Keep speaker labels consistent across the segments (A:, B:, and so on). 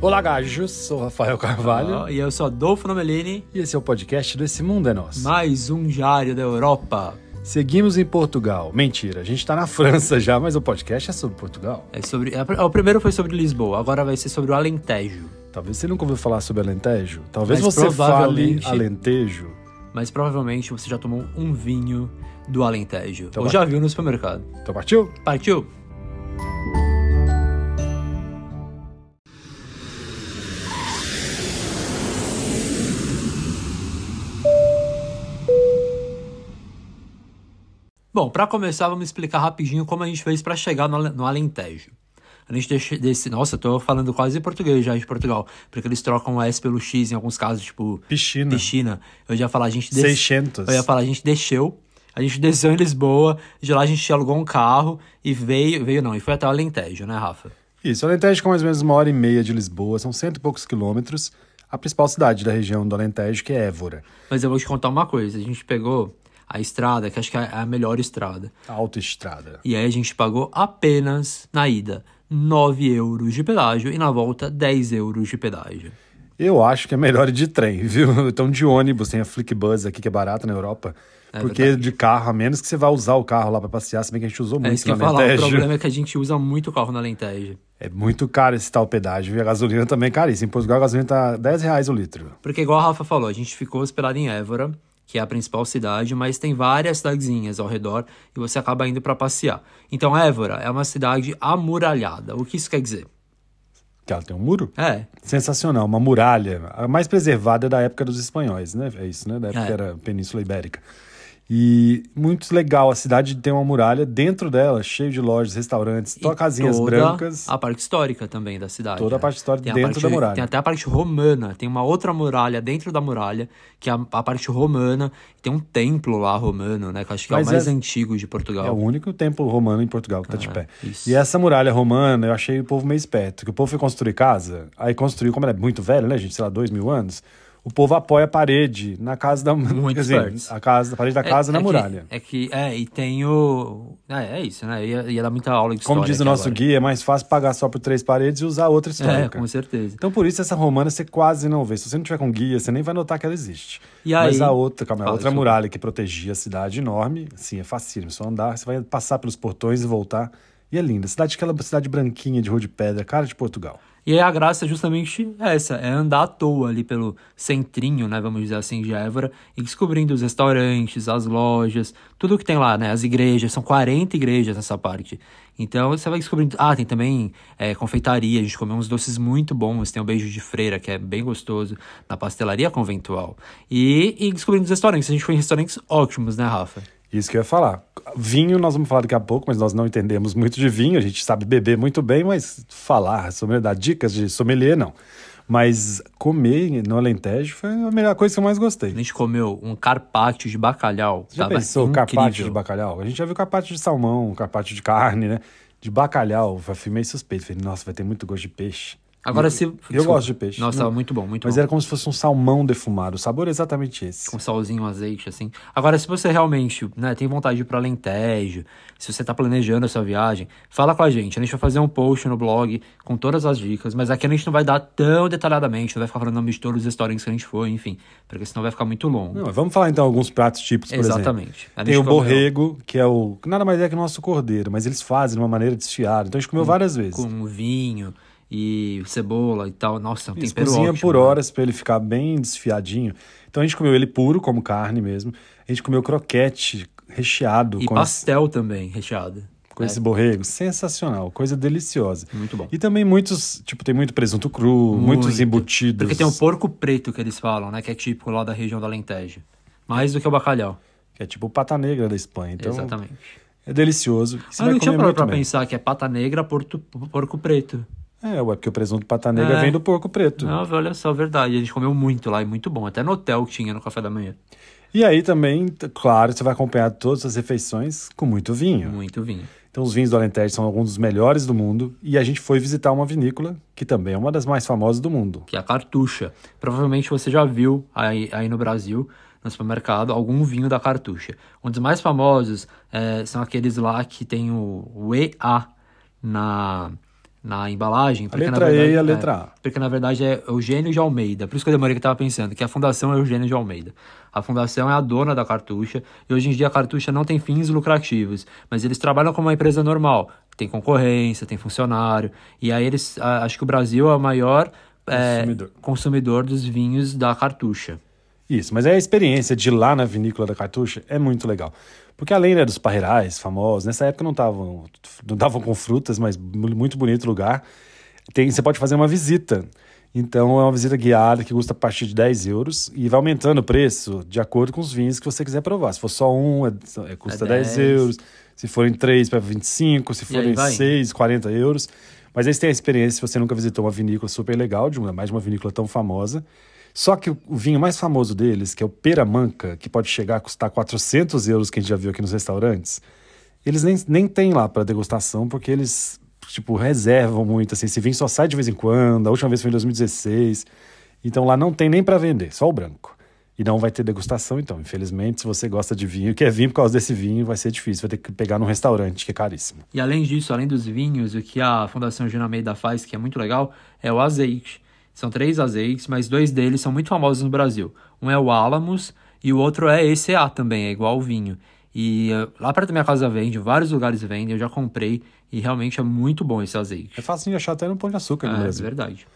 A: Olá, gajos. Sou Rafael Carvalho.
B: Ah, e eu sou Adolfo Nomelini,
A: E esse é o podcast do Esse Mundo é Nosso.
B: mais um Diário da Europa.
A: Seguimos em Portugal. Mentira, a gente tá na França já, mas o podcast é sobre Portugal.
B: É sobre, a- o primeiro foi sobre Lisboa, agora vai ser sobre o Alentejo.
A: Talvez você nunca ouviu falar sobre Alentejo. Talvez
B: Mas
A: você fale
B: provavelmente-
A: Alentejo.
B: Mas provavelmente você já tomou um vinho do Alentejo.
A: Então
B: ou
A: vai.
B: já viu no supermercado.
A: Então partiu?
B: Partiu! Bom, para começar, vamos explicar rapidinho como a gente fez para chegar no, Ale- no Alentejo. A gente deixa desse. Nossa, eu tô falando quase português já de Portugal, porque eles trocam o S pelo X em alguns casos, tipo.
A: Piscina.
B: Piscina. Eu já ia falar, a gente desce-
A: 600.
B: Eu ia falar, a gente desceu. A gente desceu em Lisboa, de lá a gente alugou um carro e veio. Veio não, e foi até o Alentejo, né, Rafa?
A: Isso, Alentejo fica mais ou menos uma hora e meia de Lisboa, são cento e poucos quilômetros. A principal cidade da região do Alentejo, que é Évora.
B: Mas eu vou te contar uma coisa: a gente pegou a estrada, que acho que é a melhor estrada.
A: A autoestrada.
B: E aí a gente pagou apenas na ida 9 euros de pedágio e na volta 10 euros de pedágio.
A: Eu acho que é melhor ir de trem, viu? Então, de ônibus, tem a Flixbus aqui, que é barata na Europa.
B: É
A: porque de carro, a menos que você vá usar o carro lá pra passear, se bem que a gente usou
B: É
A: muito
B: isso que eu
A: no
B: ia falar. O
A: Alentejo.
B: problema é que a gente usa muito o carro no Alentejo.
A: É muito caro esse tal pedágio. E a gasolina também é caríssima. Em Portugal, a gasolina tá 10 reais o litro.
B: Porque, igual a Rafa falou, a gente ficou hospedado em Évora, que é a principal cidade, mas tem várias cidadezinhas ao redor e você acaba indo para passear. Então, Évora é uma cidade amuralhada. O que isso quer dizer?
A: Que ela tem um muro.
B: É,
A: Sensacional, uma muralha. A mais preservada é da época dos espanhóis, né? É isso, né? Da época
B: É.
A: que era Península Ibérica. E muito legal, a cidade tem uma muralha dentro dela, cheio de lojas, restaurantes, só
B: E
A: casinhas
B: toda
A: brancas.
B: A parte histórica também da cidade.
A: Toda a
B: né?
A: parte histórica
B: Tem a
A: dentro
B: parte-
A: da muralha.
B: Tem até a parte romana. Tem uma outra muralha dentro da muralha, que é a, a parte romana. Tem um templo lá romano, né? Que eu acho que
A: Mas
B: é o mais
A: é-
B: antigo de Portugal.
A: É o único templo romano em Portugal que tá de pé.
B: Ah, isso.
A: E essa muralha romana, eu achei o povo meio esperto. Que o povo foi construir casa, aí construiu, como ela é muito velha, né, gente? Sei lá, dois mil anos. O povo apoia a parede na casa da...
B: Muito
A: quer dizer,
B: espertos.
A: a, casa, a parede da casa na
B: que-
A: muralha.
B: é que, é, e tem o. É, é isso, né? Ia, ia dar muita aula de
A: Como
B: história
A: diz o
B: aqui
A: nosso
B: agora.
A: guia, é mais fácil pagar só por três paredes e usar outra
B: É,
A: histórica.
B: com certeza.
A: Então, por isso, essa romana você quase não vê. Se você não tiver com guia, você nem vai notar que ela existe.
B: E
A: Mas
B: aí?
A: a outra, calma, a
B: Fala,
A: outra
B: desculpa.
A: muralha que protegia a cidade enorme, assim, é facílimo. Só andar, você vai passar pelos portões e voltar. E é linda. Cidade, aquela cidade branquinha de rua de pedra, cara de Portugal.
B: E aí a graça é justamente essa, é andar à toa ali pelo centrinho, né, vamos dizer assim, de Évora, e descobrindo os restaurantes, as lojas, tudo que tem lá, né, as igrejas, são 40 igrejas nessa parte. Então você vai descobrindo, ah, tem também é, confeitaria, a gente comeu uns doces muito bons, tem o beijo de freira, que é bem gostoso, na pastelaria conventual. E, e descobrindo os restaurantes, a gente foi em restaurantes ótimos, né, Rafa?
A: Isso que eu ia falar. Vinho, nós vamos falar daqui a pouco, mas nós não entendemos muito de vinho. A gente sabe beber muito bem, mas falar, sommelier, dar dicas de sommelier, não. Mas comer no Alentejo foi a melhor coisa que eu mais gostei.
B: A gente comeu um carpaccio de bacalhau,
A: Você já
B: tava
A: pensou carpaccio
B: incrível.
A: de bacalhau? A gente já viu carpaccio de salmão, carpaccio de carne, né? De bacalhau, eu fui meio suspeito. Falei, nossa, vai ter muito gosto de peixe.
B: Agora
A: E-
B: se...
A: Eu
B: desculpa.
A: gosto de peixe.
B: Nossa,
A: Não,
B: tava muito bom, muito
A: Mas
B: bom.
A: era como se fosse um salmão defumado. O sabor é exatamente esse.
B: com salzinho, azeite, assim. Agora, se você realmente né, tem vontade de ir para Alentejo, se você está planejando a sua viagem, fala com a gente. A gente vai fazer um post no blog com todas as dicas, mas aqui a gente não vai dar tão detalhadamente, não vai ficar falando o nome de todos os restaurantes que a gente foi, enfim, porque senão vai ficar muito longo.
A: Não, mas vamos falar então alguns pratos típicos, por exemplo.
B: Exatamente. A
A: Tem
B: gente
A: o
B: comeu-
A: borrego, que é o. que Nada mais é que o nosso cordeiro, mas eles fazem de uma maneira desfiada. Então a gente comeu várias vezes.
B: Com vinho e cebola e tal. Nossa, um
A: Isso,
B: tempero
A: cozinha
B: ótimo,
A: por
B: né?
A: horas pra ele ficar bem desfiadinho. Então a gente comeu ele puro, como carne mesmo. A gente comeu croquete recheado
B: E
A: com esse-
B: pastel também, recheado.
A: com
B: É.
A: esse borrego. Sensacional, coisa deliciosa.
B: Muito bom.
A: E também muitos, tipo, tem muito presunto cru, muitos
B: Muito.
A: embutidos.
B: Porque tem um o porco preto que eles falam, né? Que é típico lá da região do Alentejo. Mais do que o bacalhau.
A: Que é tipo o pata negra da Espanha. Então,
B: Exatamente.
A: é delicioso. Você
B: Ah, eu
A: vai
B: não tinha
A: comer
B: parado
A: muito
B: pra
A: bem.
B: pensar que é pata negra, porto- porco preto.
A: É, ué, porque o presunto pata negra
B: É.
A: vem do porco preto.
B: Não, olha só, verdade. A gente comeu muito lá e muito bom. Até no hotel que tinha no café da manhã.
A: Tá. E aí também, t- claro, você vai acompanhar todas as refeições com muito vinho.
B: Muito vinho.
A: Então os vinhos do Alentejo são alguns dos melhores do mundo. E a gente foi visitar uma vinícola, que também é uma das mais famosas do mundo.
B: Que é a cartucha. Provavelmente você já viu aí, aí no Brasil, no supermercado, algum vinho da cartucha. Um dos mais é, famosos eh, são aqueles lá que tem o, o EA na, na embalagem.
A: A
B: Porque,
A: letra
B: na verdade,
A: E e a
B: é,
A: letra A.
B: porque na verdade é Eugênio de Almeida. Por isso que eu demorei que eu tava pensando, que a fundação é Eugênio de Almeida. A fundação é a dona da cartucha, e hoje em dia a cartucha não tem fins lucrativos, mas eles trabalham como uma empresa normal. Tem concorrência, tem funcionário, e aí eles. a- acho que o Brasil é o maior é,
A: Consumidor.
B: consumidor dos vinhos da cartucha.
A: Isso, mas é a experiência de ir lá na vinícola da Cartucha é muito legal. Porque além né, dos parreirais famosos, nessa época não estavam não davam com frutas, mas mu- muito bonito lugar. Tem, você pode fazer uma visita. Então é uma visita guiada que custa a partir de 10 euros e vai aumentando o preço de acordo com os vinhos que você quiser provar. Se for só um, é, é- custa
B: É
A: 10.
B: 10.
A: euros. Se forem três, para 25. Se
B: E aí
A: forem
B: vai.
A: seis, 40 euros. Mas aí você tem a experiência, se você nunca visitou uma vinícola super legal, de uma, mais de uma vinícola tão famosa. Só que o, o vinho mais famoso deles, que é o Peramanca, que pode chegar a custar 400 euros, que a gente já viu aqui nos restaurantes, eles nem, nem têm lá para degustação, porque eles, tipo, reservam muito, assim, esse vinho só sai de vez em quando, a última vez foi em 2016. Então lá não tem nem para vender, só o branco. E não vai ter degustação, então. Infelizmente, se você gosta de vinho, quer vir por causa desse vinho, vai ser difícil. Vai ter que pegar num restaurante, que é caríssimo.
B: E além disso, além dos vinhos, o que a Fundação Eugênio Almeida faz, que é muito legal, é o azeite. São três azeites, mas dois deles são muito famosos no Brasil. Um é o Álamos e o outro é esse A também, é igual ao vinho. E eh, lá perto da minha casa vende, em vários lugares vendem, eu já comprei e realmente é muito bom esse azeite.
A: É fácil de achar até no Pão de Açúcar no
B: é
A: Brasil.
B: verdade.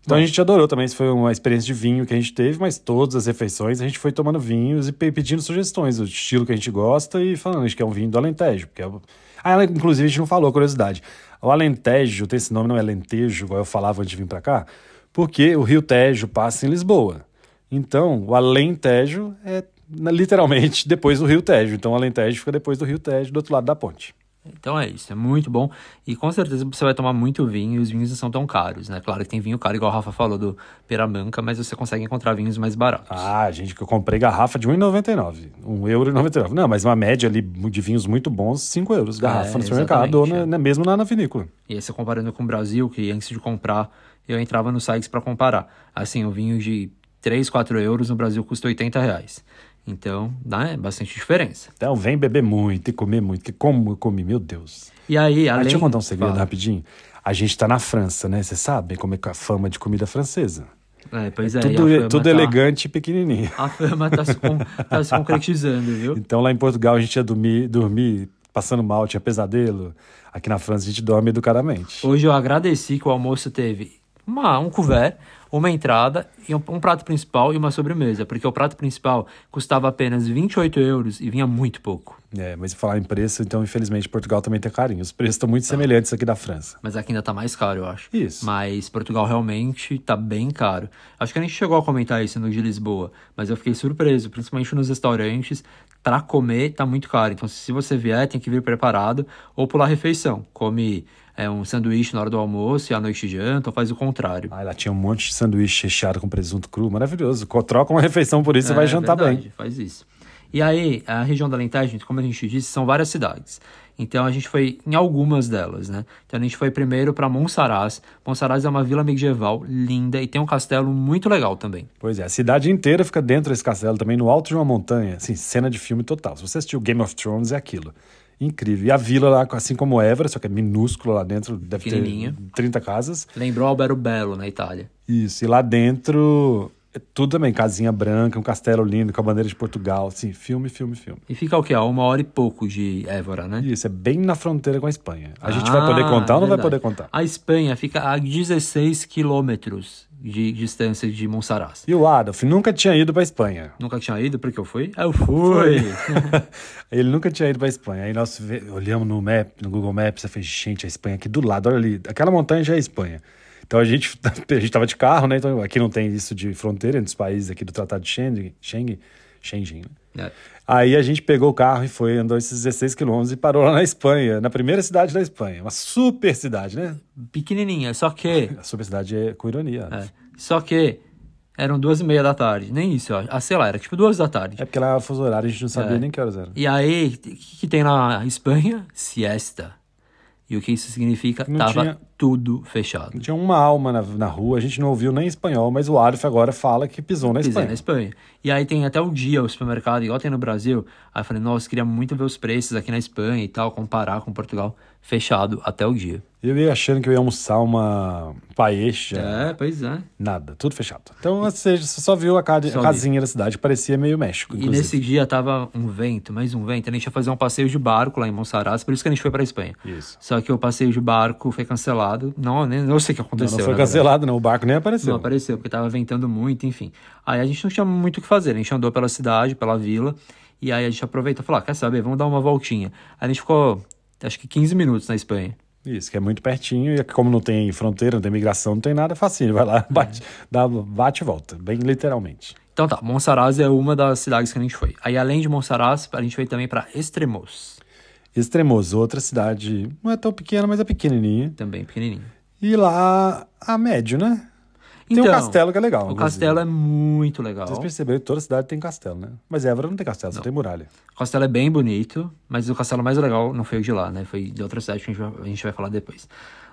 A: Então a gente adorou também, isso foi uma experiência de vinho que a gente teve, mas todas as refeições a gente foi tomando vinhos e pe- pedindo sugestões, o estilo que a gente gosta e falando, isso que é um vinho do Alentejo. Porque é... o- Ah, ela- inclusive a gente não falou, curiosidade. O Alentejo tem esse nome, não é Lentejo, igual eu falava antes de vir pra cá, porque o Rio Tejo passa em Lisboa. Então, o Alentejo é na- literalmente depois do Rio Tejo. Então, o Alentejo fica depois do Rio Tejo, do outro lado da ponte.
B: Então é isso, é muito bom. E com certeza você vai tomar muito vinho e os vinhos não são tão caros, né? Claro que tem vinho caro, igual o Rafa falou do Peramanca, mas você consegue encontrar vinhos mais baratos.
A: Ah, gente, que eu comprei garrafa de 1,99. 1,99€. Não, mas uma média ali de vinhos muito bons, 5 euros. Garrafa no
B: É,
A: supermercado ou na,
B: exatamente, é.
A: na- mesmo lá na vinícola.
B: E aí você comparando com o Brasil, que antes de comprar, eu entrava nos sites para comparar. Assim, o vinho de 3, 4 euros no Brasil custa 80 reais. Então, dá é, bastante diferença.
A: Então vem beber muito e comer muito, que como eu comi, meu Deus.
B: E aí,
A: Ah,
B: além...
A: deixa eu contar um segredo
B: Fala.
A: rapidinho. A gente tá na França, né? Você sabe como é que é a fama de comida francesa.
B: É, pois é, e a
A: né? tudo
B: fama
A: tudo
B: tá-
A: elegante e pequenininho.
B: A fama tá se, con- tá se concretizando, viu?
A: Então lá em Portugal a gente ia dormir, dormir passando mal, tinha pesadelo. Aqui na França a gente dorme educadamente.
B: Hoje eu agradeci que o almoço teve uma, um couvert, uma entrada, e um, um prato principal e uma sobremesa. Porque o prato principal custava apenas 28 euros e vinha muito pouco.
A: É, mas falar em preço, então infelizmente Portugal também tem carinho. Os preços estão muito semelhantes aqui da França.
B: Mas aqui ainda tá mais caro, eu acho.
A: Isso.
B: Mas Portugal realmente tá bem caro. Acho que a gente chegou a comentar isso no de Lisboa, mas eu fiquei surpreso, principalmente nos restaurantes. Pra comer tá muito caro. Então, se você vier, tem que vir preparado ou pular refeição. Come é, um sanduíche na hora do almoço e à noite janta, ou faz o contrário.
A: Ah, ela tinha um monte de sanduíche recheado com presunto cru, maravilhoso. Co- Troca uma refeição por isso, você vai jantar
B: É, verdade,
A: bem.
B: Faz isso. E aí, a região da Alentejo, como a gente disse, são várias cidades. Então a gente foi em algumas delas, né? Então a gente foi primeiro para Monsaraz. Monsaraz é uma vila medieval linda e tem um castelo muito legal também.
A: Pois é, a cidade inteira fica dentro desse castelo também, no alto de uma montanha. Assim, cena de filme total. Se você assistiu Game of Thrones, é aquilo. Incrível. E a vila lá, assim como Évora, só que é minúscula lá dentro, deve ter
B: Pequenininha.
A: 30 casas.
B: Lembrou Albero Belo na Itália.
A: Isso, e lá dentro é tudo também, casinha branca, um castelo lindo com a bandeira de Portugal. Assim, filme, filme, filme.
B: E fica o quê? A uma hora e pouco de Évora, né?
A: Isso, é bem na fronteira com a Espanha. A gente vai
B: Ah,
A: poder contar ou não vai poder contar?
B: A Espanha fica a 16 quilômetros de distância de Monsaraz.
A: E o Adolf nunca tinha ido pra Espanha.
B: Nunca tinha ido porque eu fui? Eu fui!
A: Ele nunca tinha ido pra Espanha. Aí nós ve- olhamos no map, no Google Maps, e falei, gente, a Espanha aqui do lado, olha ali, aquela montanha já é Espanha. Então a gente, a gente tava de carro, né? Então aqui não tem isso de fronteira entre os países aqui do Tratado de Schengen, Schengen, Schengen né?
B: É.
A: Aí a gente pegou o carro e foi, andou esses 16 quilômetros e parou lá na Espanha, na primeira cidade da Espanha. Uma super cidade, né?
B: Pequenininha, só que
A: A super cidade é com ironia. né?
B: É. Só que eram duas e meia da tarde, nem isso, ó. Ah, sei lá, era tipo duas da tarde.
A: É. porque lá fuso horário, a gente não sabia
B: É.
A: nem que horas era.
B: E aí, o que, que tem na Espanha? Siesta. E o que isso significa?
A: Não
B: Tava
A: tinha-
B: tudo fechado.
A: Tinha uma alma na, na rua, a gente não ouviu nem espanhol, mas o Adolf agora fala que pisou na
B: Quer dizer,
A: Espanha.
B: na Espanha. E aí tem até o dia o supermercado, igual tem no Brasil. Aí eu falei, nossa, queria muito ver os preços aqui na Espanha e tal, comparar com Portugal. Fechado até o dia.
A: Eu ia achando que eu ia almoçar uma paella.
B: É, pois é.
A: Nada, tudo fechado. Então, ou seja, você só viu a, ca-
B: Só
A: a
B: vi.
A: casinha da cidade, que parecia meio México,
B: E
A: inclusive.
B: nesse dia tava um vento, mais um vento. A gente ia fazer um passeio de barco lá em Monsaraz, por isso que a gente foi pra Espanha.
A: Isso.
B: Só que o passeio de barco foi cancelado. Não, nem, não sei o que
A: Não,
B: aconteceu.
A: não foi
B: na verdade.
A: cancelado, não. O barco nem apareceu.
B: Não apareceu, porque tava ventando muito, enfim. Aí a gente não tinha muito o que fazer, a gente andou pela cidade, pela vila, e aí a gente aproveitou e falou, ah, quer saber, vamos dar uma voltinha. Aí a gente ficou, acho que 15 minutos na Espanha.
A: Isso, que é muito pertinho. E como não tem fronteira, não tem migração, não tem nada, é facinho. Vai lá, bate, dá, bate e volta. Bem literalmente.
B: Então tá, Monsaraz é uma das cidades que a gente foi. Aí além de Monsaraz, a gente foi também pra Estremoz,
A: Extremoz, outra cidade, não é tão pequena, mas é pequenininha.
B: também pequenininho.
A: E lá, a médio, né? Tem um castelo que é legal.
B: Então, O
A: inclusive.
B: castelo é muito legal.
A: Vocês perceberam que toda cidade tem castelo, né? Mas Évora não tem castelo, só tem muralha.
B: O castelo é bem bonito, mas o castelo mais legal não foi o de lá, né? Foi de outra cidade que a gente, vai, a gente vai falar depois.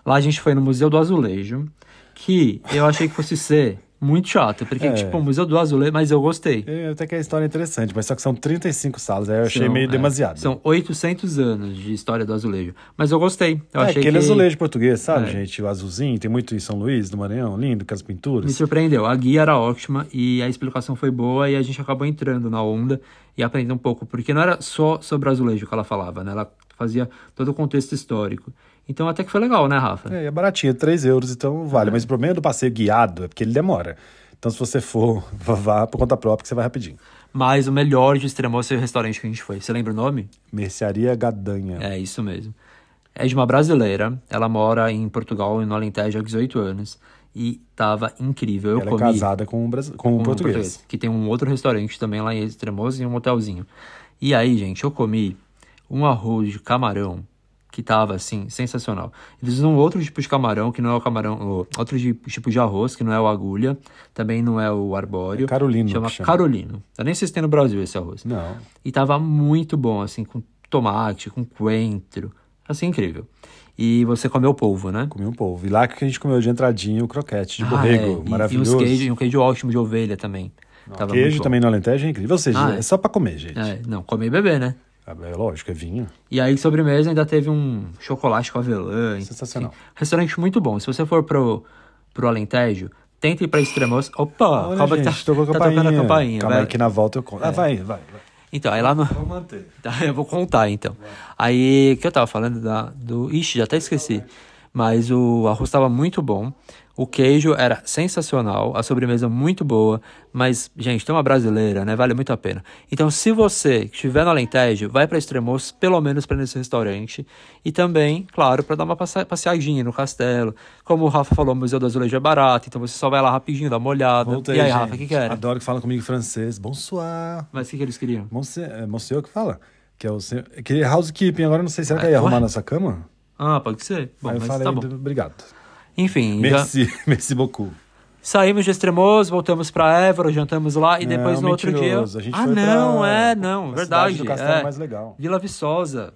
B: Lá a gente foi no Museu do Azulejo, que eu achei que fosse ser muito chato, porque,
A: É.
B: tipo, o Museu do Azulejo, mas eu gostei.
A: É, até que a história é interessante, mas só que são 35 salas, aí eu achei
B: São,
A: meio
B: é,
A: demasiado.
B: São 800 anos de história do azulejo, mas eu gostei. Eu
A: é
B: achei
A: aquele
B: que
A: azulejo português, sabe,
B: É.
A: gente? O azulzinho, tem muito em São Luís, no Maranhão, lindo, com as
B: me
A: pinturas.
B: surpreendeu. A guia era ótima e a explicação foi boa e a gente acabou entrando na onda e aprendendo um pouco, porque não era só sobre o azulejo que ela falava, né? Ela fazia todo o contexto histórico. Então até que foi legal, né, Rafa?
A: É, é baratinho, é 3 euros, então vale. Mas o problema do passeio guiado é porque ele demora. Então, se você for, vá por conta própria, que você vai rapidinho.
B: Mas o melhor de Extremoz foi o restaurante que a gente foi. Você lembra o nome?
A: Mercearia Gadanha.
B: É, isso mesmo. É de uma brasileira. Ela mora em Portugal, no Alentejo, há 18 anos. E tava incrível. Eu
A: Ela
B: comi
A: é casada com um, brasi- com um
B: com um
A: português.
B: Que tem um outro restaurante também lá em Extremoz e um hotelzinho. E aí, gente, eu comi um arroz de camarão que tava, assim, sensacional. Eles usam outro tipo de camarão, que não é o camarão... o- Outro de- tipo de arroz, que não é o agulha. Também não é o arbóreo.
A: É Carolino
B: Chama,
A: que chama.
B: Carolino. Eu nem sei se tem no Brasil esse arroz.
A: Não.
B: E tava muito bom, assim, com tomate, com coentro. Assim, incrível. E você comeu polvo, né?
A: Comi um polvo. E lá que a gente comeu de entradinha o croquete de borrego,
B: é. E-
A: maravilhoso.
B: E, uns queijo, e um queijo ótimo de ovelha também. Tava
A: Queijo
B: muito
A: também no Alentejo é incrível. Ou seja,
B: Ah, é.
A: é só pra comer, gente.
B: bom. É, não, comer e beber, né?
A: É lógico, é vinho.
B: E aí, de sobremesa, ainda teve um chocolate com avelã. enfim.
A: Sensacional.
B: Restaurante muito bom. Se você for pro, pro Alentejo, tenta ir pra Extremoz. Opa,
A: Olha,
B: calma
A: gente,
B: que tá,
A: tocou a
B: tá
A: campainha.
B: tocando a campainha.
A: Calma
B: vai. É.
A: aí que na volta eu conto. Ah, vai, vai. vai.
B: Então, aí lá no...
A: Vou manter.
B: Tá, eu vou contar então. Aí, o que eu tava falando da, do. Ixi, já até esqueci. Mas o arroz tava muito bom. O queijo era sensacional. A sobremesa muito boa. Mas, gente, tem uma brasileira, né? Vale muito a pena. Então, se você estiver no Alentejo, vai pra Extremoz, pelo menos pra nesse restaurante. E também, claro, pra dar uma passe- passeadinha no castelo. Como o Rafa falou, o Museu do Azulejo é barato. Então, você só vai lá rapidinho, dá uma olhada.
A: Voltei,
B: e aí,
A: gente.
B: Rafa, o que, que era?
A: Adoro que falam comigo em francês. Bonsoir.
B: Mas o que, que eles queriam?
A: Monse- é Monsieur que fala. Que é o senhor... Que é housekeeping. Agora eu não sei, tá será que
B: Ah,
A: eu ia
B: ué?
A: arrumar nossa cama?
B: Ah, pode ser? Bom,
A: aí eu
B: mas
A: falei,
B: tá bom. Então-
A: obrigado.
B: Enfim, já-
A: Merci, merci beaucoup.
B: Saímos de Extremoz, voltamos pra Évora, jantamos lá e depois
A: Não,
B: no outro dia.
A: mentiroso. A gente
B: ah,
A: foi pra-
B: não, é, não,
A: pra cidade
B: verdade.
A: do castelo
B: é.
A: mais legal.
B: Vila Viçosa.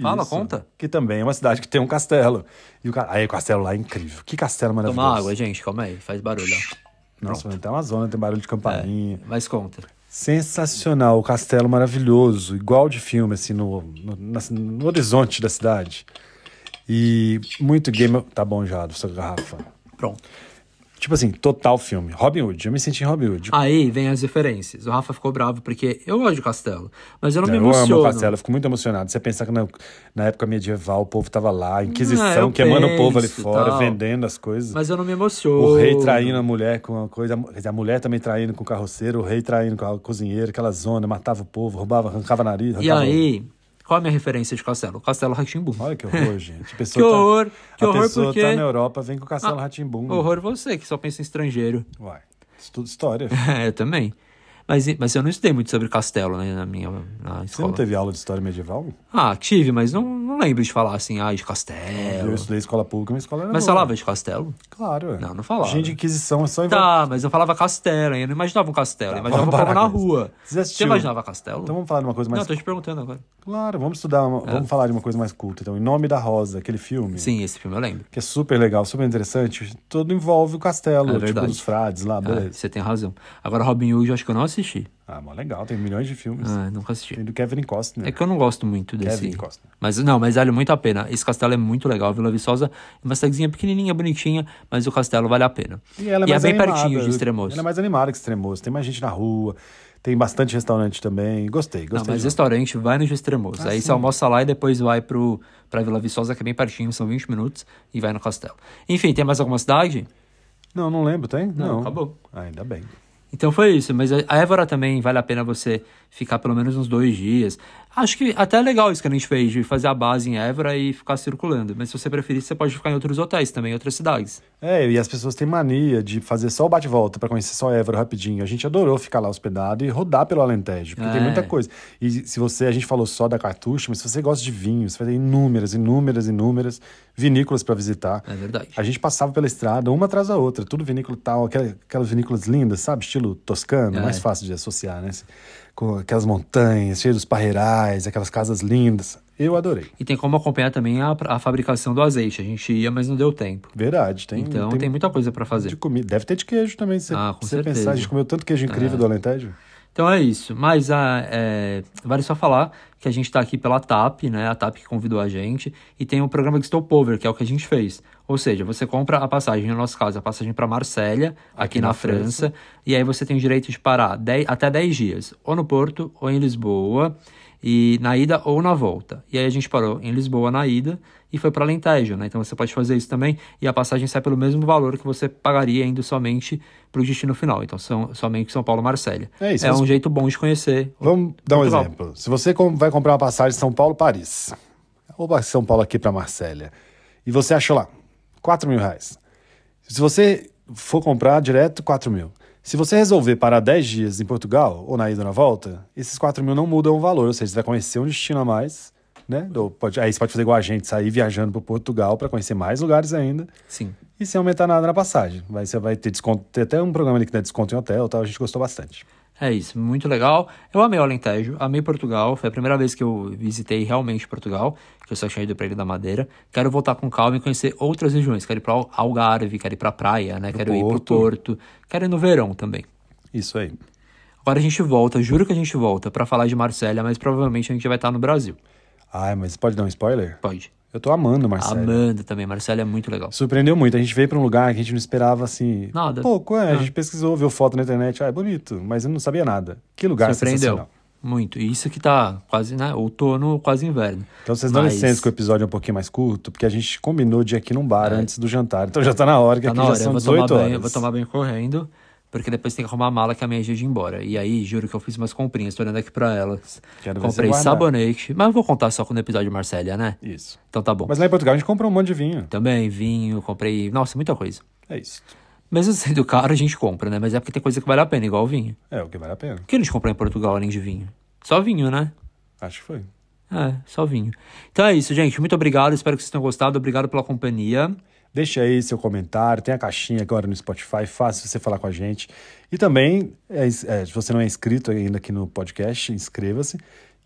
B: Fala, conta.
A: Que também é uma cidade que tem um castelo. E o ca- Aí o castelo lá é incrível. Que castelo maravilhoso.
B: Toma água, gente, calma aí, faz barulho. ó.
A: Nossa, mas tem Amazônia, tem barulho de campainha.
B: Mas conta.
A: Sensacional, o castelo maravilhoso, igual de filme, assim, no, no, na- no horizonte da cidade. E muito game. Tá bom já, do sua garrafa.
B: Pronto.
A: Tipo assim, total filme. Robin Hood, eu me senti em Robin Hood.
B: Aí vem as referências. O Rafa ficou bravo porque eu gosto de castelo, mas eu não Ah, me
A: eu amo o
B: emociono.
A: castelo, eu fico muito emocionado. Você pensar que na, na época medieval o povo tava lá, a
B: Ah, eu
A: Inquisição queimando o povo ali
B: penso,
A: fora,
B: tal.
A: vendendo as coisas.
B: Mas eu não me emociono.
A: O rei traindo a mulher com uma coisa, quer dizer, a mulher também traindo com o carroceiro, o rei traindo com a cozinheira, aquela zona, matava o povo, roubava, arrancava nariz,
B: E
A: arrancava
B: aí, qual é a minha referência de castelo? Castelo Ratimbum.
A: Olha que horror, gente. A
B: Que
A: pessoa tá-
B: horror, que
A: a
B: horror
A: pessoa
B: porque.
A: tá na Europa, vem com o Castelo
B: Ah,
A: Ratimbum.
B: Horror você que só pensa em estrangeiro.
A: Uai, isso tudo história.
B: É, eu também. Mas, mas eu não estudei muito sobre castelo né, na minha na
A: Você
B: escola.
A: não teve aula de história medieval?
B: Ah, tive, mas não, não lembro de falar assim, ah, de
A: Eu
B: castelo.
A: estudei escola pública, minha escola era
B: Mas
A: boa.
B: falava de castelo?
A: Claro. é.
B: Não, não falava.
A: Gente, Inquisição é só... em volta.
B: Tá, mas eu falava castelo, eu não imaginava um castelo, eu imaginava um
A: Tá, vamos
B: povo na
A: parar com isso.
B: rua.
A: Você já
B: Você
A: assistiu?
B: imaginava castelo?
A: Então vamos falar de uma coisa mais...
B: Não, tô te perguntando agora.
A: Claro, vamos estudar, uma- vamos falar de uma coisa mais culta. Então, Em Nome da Rosa, aquele filme...
B: Sim, esse filme eu lembro.
A: Que é super legal, super interessante. Todo envolve o castelo,
B: É
A: tipo
B: verdade.
A: dos frades lá,
B: Ah,
A: beleza.
B: você tem razão. Agora, Robin Hood, eu acho que eu não assisti.
A: Ah, mas legal, tem milhões de filmes.
B: Ah, nunca assisti.
A: Tem do Kevin Costner.
B: É que eu não gosto muito desse.
A: Kevin Costner.
B: Mas não, mas vale muito a pena. Esse castelo é muito legal. Vila Viçosa é uma cidadezinha pequenininha, bonitinha, mas o castelo vale a pena.
A: é
B: é bem pertinho de Extremoz.
A: Ela é mais animada que Extremoz. Tem mais gente na rua, tem bastante restaurante também. Gostei,
B: Não,
A: gostei.
B: mas
A: de-
B: restaurante vai no de Extremoz.
A: Ah,
B: Aí
A: sim.
B: você almoça lá e depois vai pro, pra Vila Viçosa, que é bem pertinho, são 20 minutos, e vai no castelo. Enfim, tem mais alguma cidade?
A: Não, não lembro, tem?
B: Não, acabou.
A: Ainda bem.
B: Então foi isso, mas a a Évora também vale a pena você ficar pelo menos uns dois dias. Acho que até é legal isso que a gente fez, de fazer a base em Évora e ficar circulando. Mas se você preferir, você pode ficar em outros hotéis também, em outras cidades.
A: É, e as pessoas têm mania de fazer só o bate-volta pra conhecer só Évora rapidinho. A gente adorou ficar lá hospedado e rodar pelo Alentejo, porque
B: É.
A: tem muita coisa. E se você, a gente falou só da cartucho, mas se você gosta de vinho, você vai ter inúmeras, inúmeras, inúmeras vinícolas pra visitar.
B: É verdade.
A: A gente passava pela estrada, uma atrás da outra, tudo vinícola tal, aquela- aquelas vinícolas lindas, sabe? Estilo toscano,
B: É.
A: mais fácil de associar, né? Com aquelas montanhas, cheias dos parreirais, aquelas casas lindas. Eu adorei.
B: E tem como acompanhar também a, a fabricação do azeite. A gente ia, mas não deu tempo.
A: Verdade, tem.
B: então tem, muita coisa pra
A: de
B: fazer.
A: comida. Deve ter de queijo também, se
B: Ah, com
A: se você
B: certeza. É.
A: pensar. A gente comeu tanto queijo incrível do Alentejo.
B: Então é isso. Mas ah, é, vale só falar que a gente tá aqui pela TAP, né? A TAP que convidou a gente. E tem o programa de Stopover, que é o que a gente fez. Ou seja, você compra a passagem, no nosso caso, a passagem para Marselha, aqui, na,
A: na
B: França, E aí você tem o direito de parar 10 até 10 dias, ou no Porto, ou em Lisboa. E na ida ou na volta. E aí a gente parou em Lisboa na ida e foi para Alentejo, né? Então você pode fazer isso também e a passagem sai pelo mesmo valor que você pagaria indo somente para o destino final. Então são, somente São Paulo Marselha.
A: É isso,
B: É
A: mas-
B: um jeito bom de conhecer.
A: Vamos dar um
B: Portugal.
A: exemplo. Se você com- vai comprar uma passagem de São Paulo, Paris. Ou vai de São Paulo aqui para Marsella. E você achou lá 4 mil reais. Se você for comprar direto, 4 mil. Se você resolver parar 10 dias em Portugal, ou na ida ou na volta, esses 4 mil não mudam o valor. Ou seja, você vai conhecer um destino a mais. Né? Ou pode- aí você pode fazer igual a gente, sair viajando para Portugal para conhecer mais lugares ainda.
B: Sim.
A: E sem aumentar nada na passagem. Vai, você vai ter desconto. Tem até um programa ali que dá desconto em hotel e tal. A gente gostou bastante.
B: É isso, muito legal. Eu amei o Alentejo, amei Portugal. Foi a primeira vez que eu visitei realmente Portugal, que eu só tinha ido pra Ilha da Madeira. Quero voltar com calma e conhecer outras regiões. Quero ir pra Algarve, quero ir pra praia, né? quero ir pro
A: Porto.
B: Porto. Quero ir no verão também.
A: Isso aí.
B: Agora a gente volta, juro que a gente volta pra falar de Marselha, mas provavelmente a gente vai estar no Brasil.
A: Ai, mas pode dar um spoiler?
B: Pode.
A: Eu tô amando, Marcelo.
B: Amanda também, Marselha é muito legal.
A: Surpreendeu muito. A gente veio pra um lugar que a gente não esperava assim.
B: Nada. Ah.
A: Pouco, é. A gente pesquisou, viu foto na internet. Ah, é bonito, mas eu não sabia nada. Que lugar
B: Surpreendeu.
A: sensacional.
B: Muito. E isso que tá quase, né? Outono, quase inverno.
A: Então vocês dão
B: Mas-
A: licença que o episódio é um pouquinho mais curto, porque a gente combinou de ir aqui num bar antes do jantar. Então já tá na hora, que
B: É. Tá
A: aqui
B: na hora,
A: já
B: eu
A: são
B: vou tomar
A: 18
B: banho,
A: horas.
B: vou tomar banho correndo, porque depois tem que arrumar a mala que a minha é dia de ir embora. E aí, juro que eu fiz umas comprinhas, tô olhando aqui pra elas.
A: Quero ver
B: Comprei
A: você guardar.
B: sabonete, mas eu vou contar só com o episódio de Marcélia, né?
A: Isso.
B: Então tá bom.
A: Mas lá em Portugal a gente comprou um monte de vinho.
B: Também vinho, comprei, nossa, muita coisa.
A: É isso.
B: Mesmo sendo caro, a gente compra, né? Mas é porque tem coisa que vale a pena, igual o vinho.
A: É o que vale a pena.
B: O que a gente comprou em Portugal além de vinho? Só vinho, né?
A: Acho que foi.
B: É, só vinho. Então é isso, gente. Muito obrigado. Espero que vocês tenham gostado. Obrigado pela companhia.
A: Deixe aí seu comentário, tem a caixinha agora no Spotify, fácil você falar com a gente. E também, é, é, se você não é inscrito ainda aqui no podcast, inscreva-se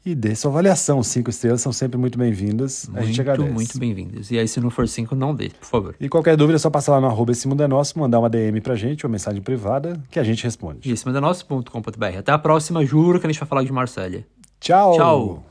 A: e dê sua avaliação. Cinco estrelas são sempre muito bem-vindas. A gente
B: Muito,
A: agradece.
B: muito bem-vindos. E aí, se não for cinco, não dê, por favor.
A: E qualquer dúvida é só passar lá no arroba Esse Mundo é Nosso, mandar uma DM pra gente, uma mensagem privada, que a gente responde.
B: é Isso, mandanosso.com.br. Até a próxima, juro que a gente vai falar de Marselha.
A: Tchau!
B: Tchau.